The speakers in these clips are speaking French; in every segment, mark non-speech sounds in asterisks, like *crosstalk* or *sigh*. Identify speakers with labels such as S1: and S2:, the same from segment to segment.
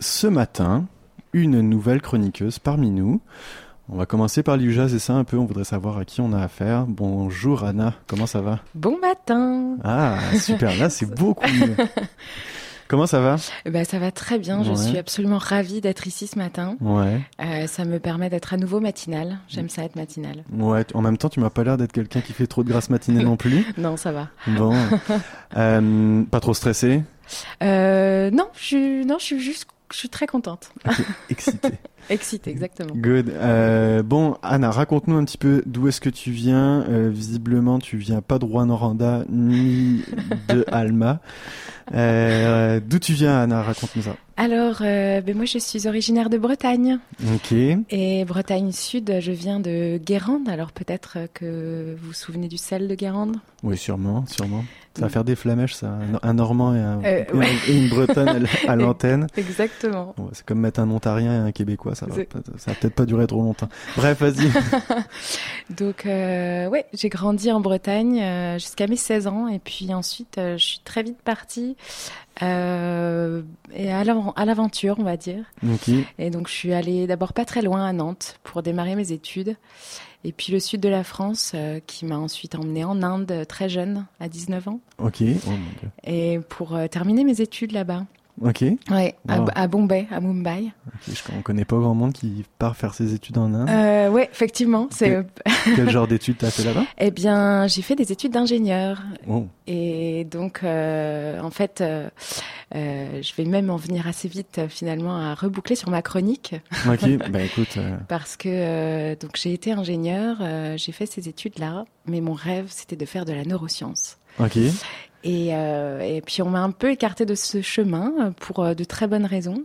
S1: ce matin une nouvelle chroniqueuse parmi nous. On va commencer par Liuja, c'est ça un peu, on voudrait savoir à qui on a affaire. Bonjour Anna, comment ça va
S2: Bon matin
S1: Ah, super, là c'est beaucoup mieux. Comment ça va
S2: Eh ben, Ça va très bien, je
S1: Ouais.
S2: suis absolument ravie d'être ici ce matin.
S1: Ouais.
S2: Euh, ça me permet d'être à nouveau matinale, j'aime ça être matinale.
S1: Ouais, t- en même temps, tu m'as pas l'air d'être quelqu'un qui fait trop de grâce matinée non plus.
S2: Non, ça va.
S1: Bon. Euh, pas trop stressé
S2: Euh, non, je suis, non, je suis juste... Je suis très contente.
S1: Excité.
S2: Excitée, exactement.
S1: Good. Euh, bon, Anna, raconte-nous un petit peu d'où est-ce que tu viens. Euh, visiblement, tu viens pas de Rwanda ni
S2: *laughs*
S1: de Alma. Euh, d'où tu viens, Anna Raconte-nous ça.
S2: Alors, euh, ben moi, je suis originaire de Bretagne.
S1: Ok.
S2: Et Bretagne Sud, je viens de Guérande. Alors, peut-être que vous vous souvenez du sel de Guérande
S1: Oui, sûrement, sûrement. Ça va faire des flamèches, ça. Un, un Normand et, un-
S2: Euh,
S1: et un- et une Bretonne à
S2: *laughs*
S1: l- à l'antenne.
S2: Exactement.
S1: Ouais, c'est comme mettre un Ontarien et un Québécois, ça va,
S2: C'est-
S1: pas- ça va peut-être pas durer trop longtemps. Bref, vas-y.
S2: Donc, euh, ouais, j'ai grandi en Bretagne euh, jusqu'à mes 16 ans. Et puis ensuite, euh, je suis très vite partie euh, et à l'av- à l'aventure, on va dire.
S1: Ok.
S2: Et donc, je suis allée d'abord pas très loin à Nantes pour démarrer mes études. Et puis le sud de la France, euh, qui m'a ensuite emmenée en Inde euh, très jeune, à 19 ans,
S1: Ok. Oh mon dieu.
S2: et pour euh, terminer mes études là-bas.
S1: Ok.
S2: Ouais, à-
S1: Wow.
S2: à, Bombay, à Mumbai.
S1: Ok, je- on connaît pas grand monde qui part faire ses études en Inde.
S2: Euh, ouais, effectivement. C'est...
S1: Quel genre d'études t'as fait là-bas
S2: Eh bien, j'ai fait des études d'ingénieur.
S1: Oh.
S2: Et donc, euh, en fait, euh, euh, je vais même en venir assez vite euh, finalement à reboucler sur ma chronique
S1: Ok, bah écoute, euh,
S2: parce que euh, donc j'ai été ingénieure, euh, j'ai fait ces études-là, mais mon rêve c'était de faire de la neuroscience.
S1: ok,
S2: Et, euh, et puis on m'a un peu écartée de ce chemin euh, pour euh, de très bonnes raisons.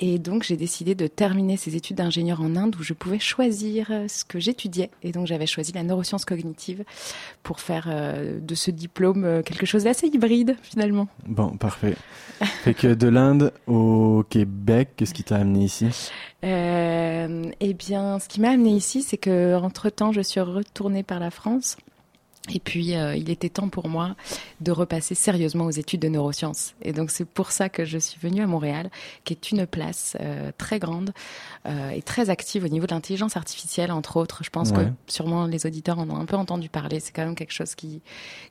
S2: Et donc j'ai décidé de terminer ces études d'ingénieur en Inde où je pouvais choisir euh, ce que j'étudiais. Et donc j'avais choisi la neuroscience cognitive pour faire euh, de ce diplôme euh, quelque chose d'assez hybride finalement.
S1: bon, parfait. Fait que de l'Inde au Québec, qu'est-ce qui t'a amené ici
S2: Euh, eh bien, ce qui m'a amené ici, c'est que entre temps, je suis retournée par la France. Et puis, euh, il était temps pour moi de repasser sérieusement aux études de neurosciences. Et donc, c'est pour ça que je suis venue à Montréal, qui est une place euh, très grande euh, et très active au niveau de l'intelligence artificielle, entre autres. Je pense
S1: Ouais.
S2: que sûrement les auditeurs en ont un peu entendu parler. C'est quand même quelque chose qui,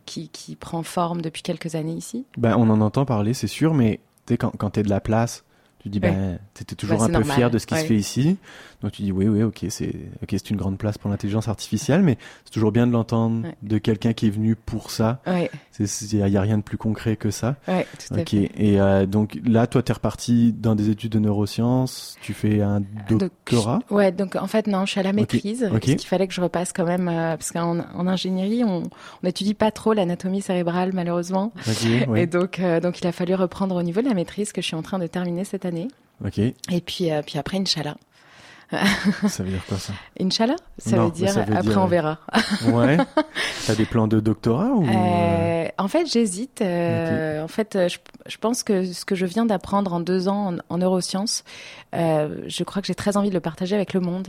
S2: qui, qui prend forme depuis quelques années ici.
S1: Ben, on en entend parler, c'est sûr, mais tu sais, quand, quand t'es de la place, tu dis, ben, t'étais toujours
S2: Ben,
S1: un
S2: c'est
S1: peu
S2: normal,
S1: fier de ce qui se
S2: ouais.
S1: fait ici. Donc tu dis, oui, oui, ok, c'est ok, c'est une grande place pour l'intelligence artificielle, mais c'est toujours bien de l'entendre
S2: Ouais.
S1: de quelqu'un qui est venu pour ça.
S2: Ouais,
S1: Il n'y a, y a rien de plus concret que ça.
S2: ouais, tout à
S1: Ok,
S2: fait.
S1: et euh, donc là, toi, t'es reparti dans des études de neurosciences, tu fais un
S2: Donc, *laughs*
S1: doctorat
S2: je- ouais, donc en fait, non, je suis à la maîtrise.
S1: ok.
S2: Parce qu'il fallait que je repasse quand même, euh, parce qu'en en ingénierie, on n'étudie pas trop l'anatomie cérébrale, malheureusement.
S1: Ok,
S2: Et
S1: ouais.
S2: donc, euh, donc, il a fallu reprendre au niveau de la maîtrise que je suis en train de terminer cette année.
S1: Ok,
S2: Et puis, euh, puis après, Inch'Allah.
S1: ça veut dire quoi ça
S2: Inch'Allah, ça
S1: Non,
S2: veut dire
S1: mais ça veut
S2: après,
S1: dire-
S2: on verra.
S1: Ouais. T'as des plans de doctorat ou
S2: Euh, en fait, j'hésite. euh, En fait, euh, je, je pense que ce que je viens d'apprendre en deux ans en, en neurosciences, euh, je crois que j'ai très envie de le partager avec le monde.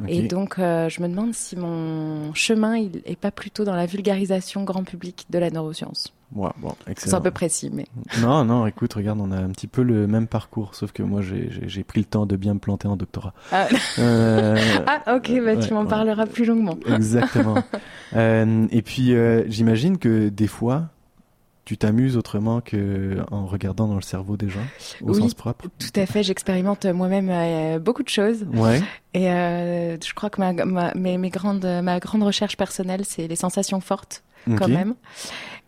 S1: Ok.
S2: Et donc, euh, je me demande si mon chemin il est pas plutôt dans la vulgarisation grand public de la neuroscience.
S1: Ouais, bon,
S2: C'est
S1: excellent.
S2: un peu précis, mais
S1: Non, non, écoute, regarde, on a un petit peu le même parcours, sauf que moi, j'ai- j'ai j'ai pris le temps de bien me planter en doctorat.
S2: ah, *laughs*
S1: Euh,
S2: ah, ok, bah,
S1: ouais,
S2: tu m'en
S1: ouais.
S2: parleras plus longuement.
S1: Exactement.
S2: *laughs*
S1: Euh, et puis, euh, j'imagine que des fois, tu t'amuses autrement que en regardant dans le cerveau des gens, au
S2: Oui.
S1: sens propre.
S2: Tout à fait, j'expérimente moi-même euh, beaucoup de choses
S1: Ouais.
S2: et euh, je crois que ma, ma- mes, mes grandes, ma grande recherche personnelle, c'est les sensations fortes
S1: ok.
S2: quand même.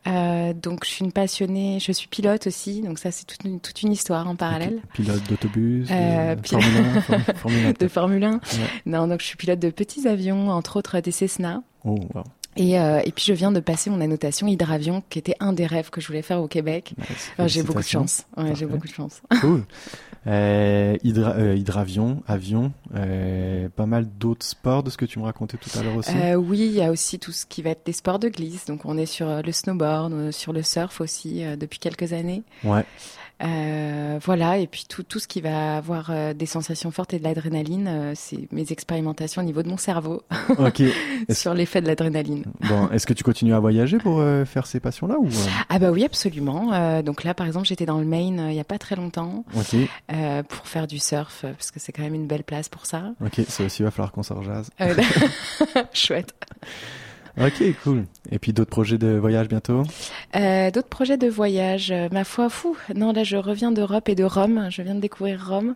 S2: Euh, donc je suis une passionnée, je suis pilote aussi, donc ça c'est toute une, toute une histoire en parallèle.
S1: Ok. Pilote d'autobus, euh,
S2: Euh, pil-
S1: Formule
S2: *laughs*
S1: 1, Formu- Formule 1,
S2: De Formule 1.
S1: Ouais.
S2: Non, donc je suis pilote de petits avions, entre autres des Cessna.
S1: Oh, wow.
S2: Et, euh, et puis je viens de passer mon annotation hydravion, qui était un des rêves que je voulais faire au Québec.
S1: Nice.
S2: Enfin, j'ai beaucoup de
S1: Félicitations.
S2: chance. Ouais,
S1: Parfait.
S2: j'ai beaucoup de chance.
S1: Cool. Euh, hydra- euh, hydravion, avion, euh, pas mal d'autres sports de ce que tu me racontais tout à l'heure aussi.
S2: Euh, oui, il y a aussi tout ce qui va être des sports de glisse. Donc on est sur euh, le snowboard, on est sur le surf aussi euh, depuis quelques années.
S1: Ouais.
S2: Euh, voilà, et puis tout, tout ce qui va avoir euh, des sensations fortes et de l'adrénaline, euh, c'est mes expérimentations au niveau de mon cerveau *laughs*
S1: Ok.
S2: sur l'effet de l'adrénaline.
S1: Bon, est-ce que tu continues à voyager pour euh, faire ces passions-là ou euh,
S2: Ah bah oui, absolument. Euh, donc là, par exemple, j'étais dans le Maine euh, il y a pas très longtemps
S1: Ok,
S2: euh, pour faire du surf, euh, parce que c'est quand même une belle place pour ça.
S1: ok, ça aussi va falloir qu'on s'en rejase.
S2: Euh, *laughs* Chouette.
S1: Ok, cool. Et puis d'autres projets de voyage bientôt
S2: Euh, D'autres projets de voyage, euh, ma foi fou. Non, là, je reviens d'Europe et de Rome. Je viens de découvrir Rome.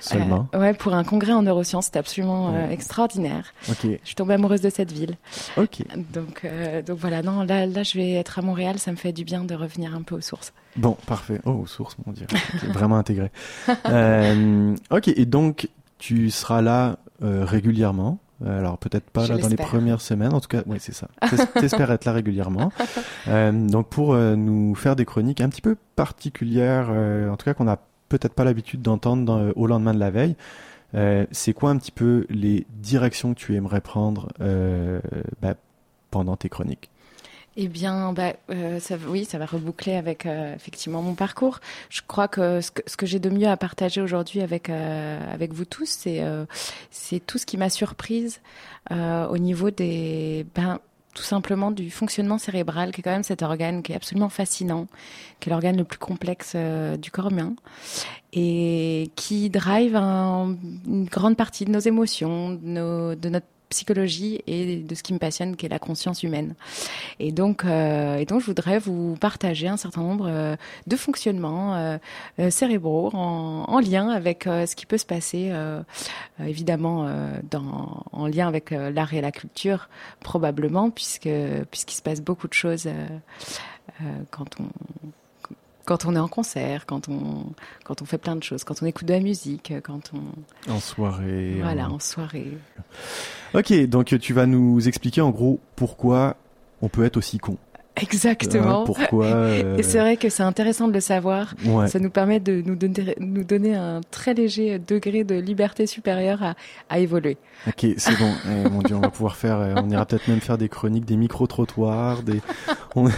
S1: Seulement.
S2: Euh, ouais, pour un congrès en neurosciences, c'était absolument euh,
S1: Ouais.
S2: extraordinaire.
S1: Ok,
S2: Je suis tombée amoureuse de cette ville.
S1: ok.
S2: Donc, euh, donc voilà, non, là, là, je vais être à Montréal. Ça me fait du bien de revenir un peu aux sources.
S1: Bon, parfait. Oh, source, mon dieu. Ok, *laughs* vraiment intégré. Euh, ok, et donc tu seras là euh, régulièrement. Euh, Alors peut-être pas
S2: Je
S1: là dans les
S2: l'espère.
S1: premières semaines, en tout cas, oui c'est ça. T'es- T'espères être là
S2: *laughs*
S1: régulièrement. Euh, donc pour euh, nous faire des chroniques un petit peu particulières, euh, en tout cas qu'on n'a peut-être pas l'habitude d'entendre dans- au lendemain de la veille. euh, c'est quoi un petit peu les directions que tu aimerais prendre euh, bah, pendant tes chroniques
S2: Eh bien, bah, euh, ça, oui, ça va reboucler avec euh, effectivement mon parcours. Je crois que ce que, ce que j'ai de mieux à partager aujourd'hui avec euh, avec vous tous, c'est euh, c'est tout ce qui m'a surprise euh, au niveau des ben tout simplement du fonctionnement cérébral, qui est quand même cet organe qui est absolument fascinant, qui est l'organe le plus complexe euh, du corps humain et qui drive un- une grande partie de nos émotions, de, nos- de notre psychologie et de ce qui me passionne, qui est la conscience humaine. Et donc, euh, et donc, je voudrais vous partager un certain nombre euh, de fonctionnements euh, euh, cérébraux en, en lien avec euh, ce qui peut se passer, euh, euh, évidemment, euh, dans, en lien avec euh, l'art et la culture, probablement, puisque puisqu'il se passe beaucoup de choses euh, euh, quand on quand on est en concert, quand on quand on fait plein de choses, quand on écoute de la musique, quand on
S1: en soirée
S2: voilà
S1: en-
S2: en soirée.
S1: Ok, donc euh, tu vas nous expliquer en gros pourquoi on peut être aussi con.
S2: Exactement.
S1: Hein, pourquoi euh,
S2: *laughs* Et c'est vrai que c'est intéressant de le savoir
S1: ouais.
S2: Ça nous permet de nous donner, nous donner un très léger degré de liberté supérieure à, à évoluer.
S1: Ok, c'est bon. Eh, mon Dieu, on va pouvoir faire. euh, on ira peut-être même faire des chroniques, des micro trottoirs. Des... On,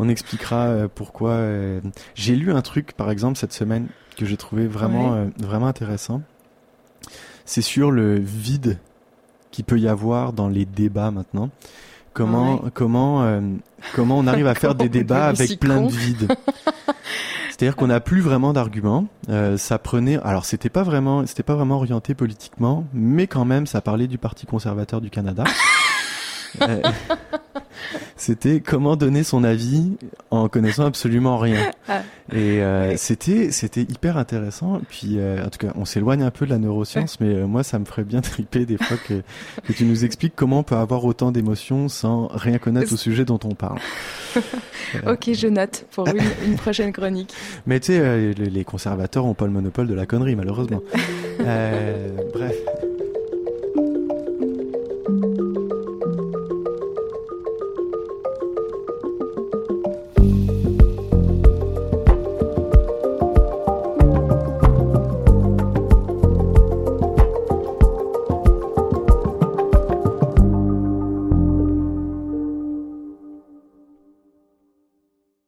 S1: on expliquera euh, pourquoi. euh, J'ai lu un truc, par exemple, cette semaine que j'ai trouvé vraiment, euh, vraiment intéressant. C'est sur le vide qu'il peut y avoir dans les débats maintenant. Comment, comment, euh, comment on arrive à faire
S2: Comment
S1: des
S2: on devient
S1: débats
S2: si
S1: avec plein
S2: con.
S1: de vide C'est-à-dire qu'on n'a plus vraiment d'arguments. Euh, ça prenait, alors c'était pas vraiment, c'était pas vraiment orienté politiquement, mais quand même, ça parlait du Parti conservateur du
S2: *laughs*
S1: Canada. Euh, c'était comment donner son avis en connaissant absolument rien.
S2: Ah.
S1: Et euh, c'était, c'était hyper intéressant. Puis, euh, en tout cas, on s'éloigne un peu de la neuroscience, mais euh, moi, ça me ferait bien triper des fois que, que tu nous expliques comment on peut avoir autant d'émotions sans rien connaître au sujet dont on parle. Euh,
S2: Ok, je note pour une, une prochaine chronique.
S1: mais tu sais, euh, les les conservateurs ont pas le monopole de la connerie, malheureusement. Euh, bref.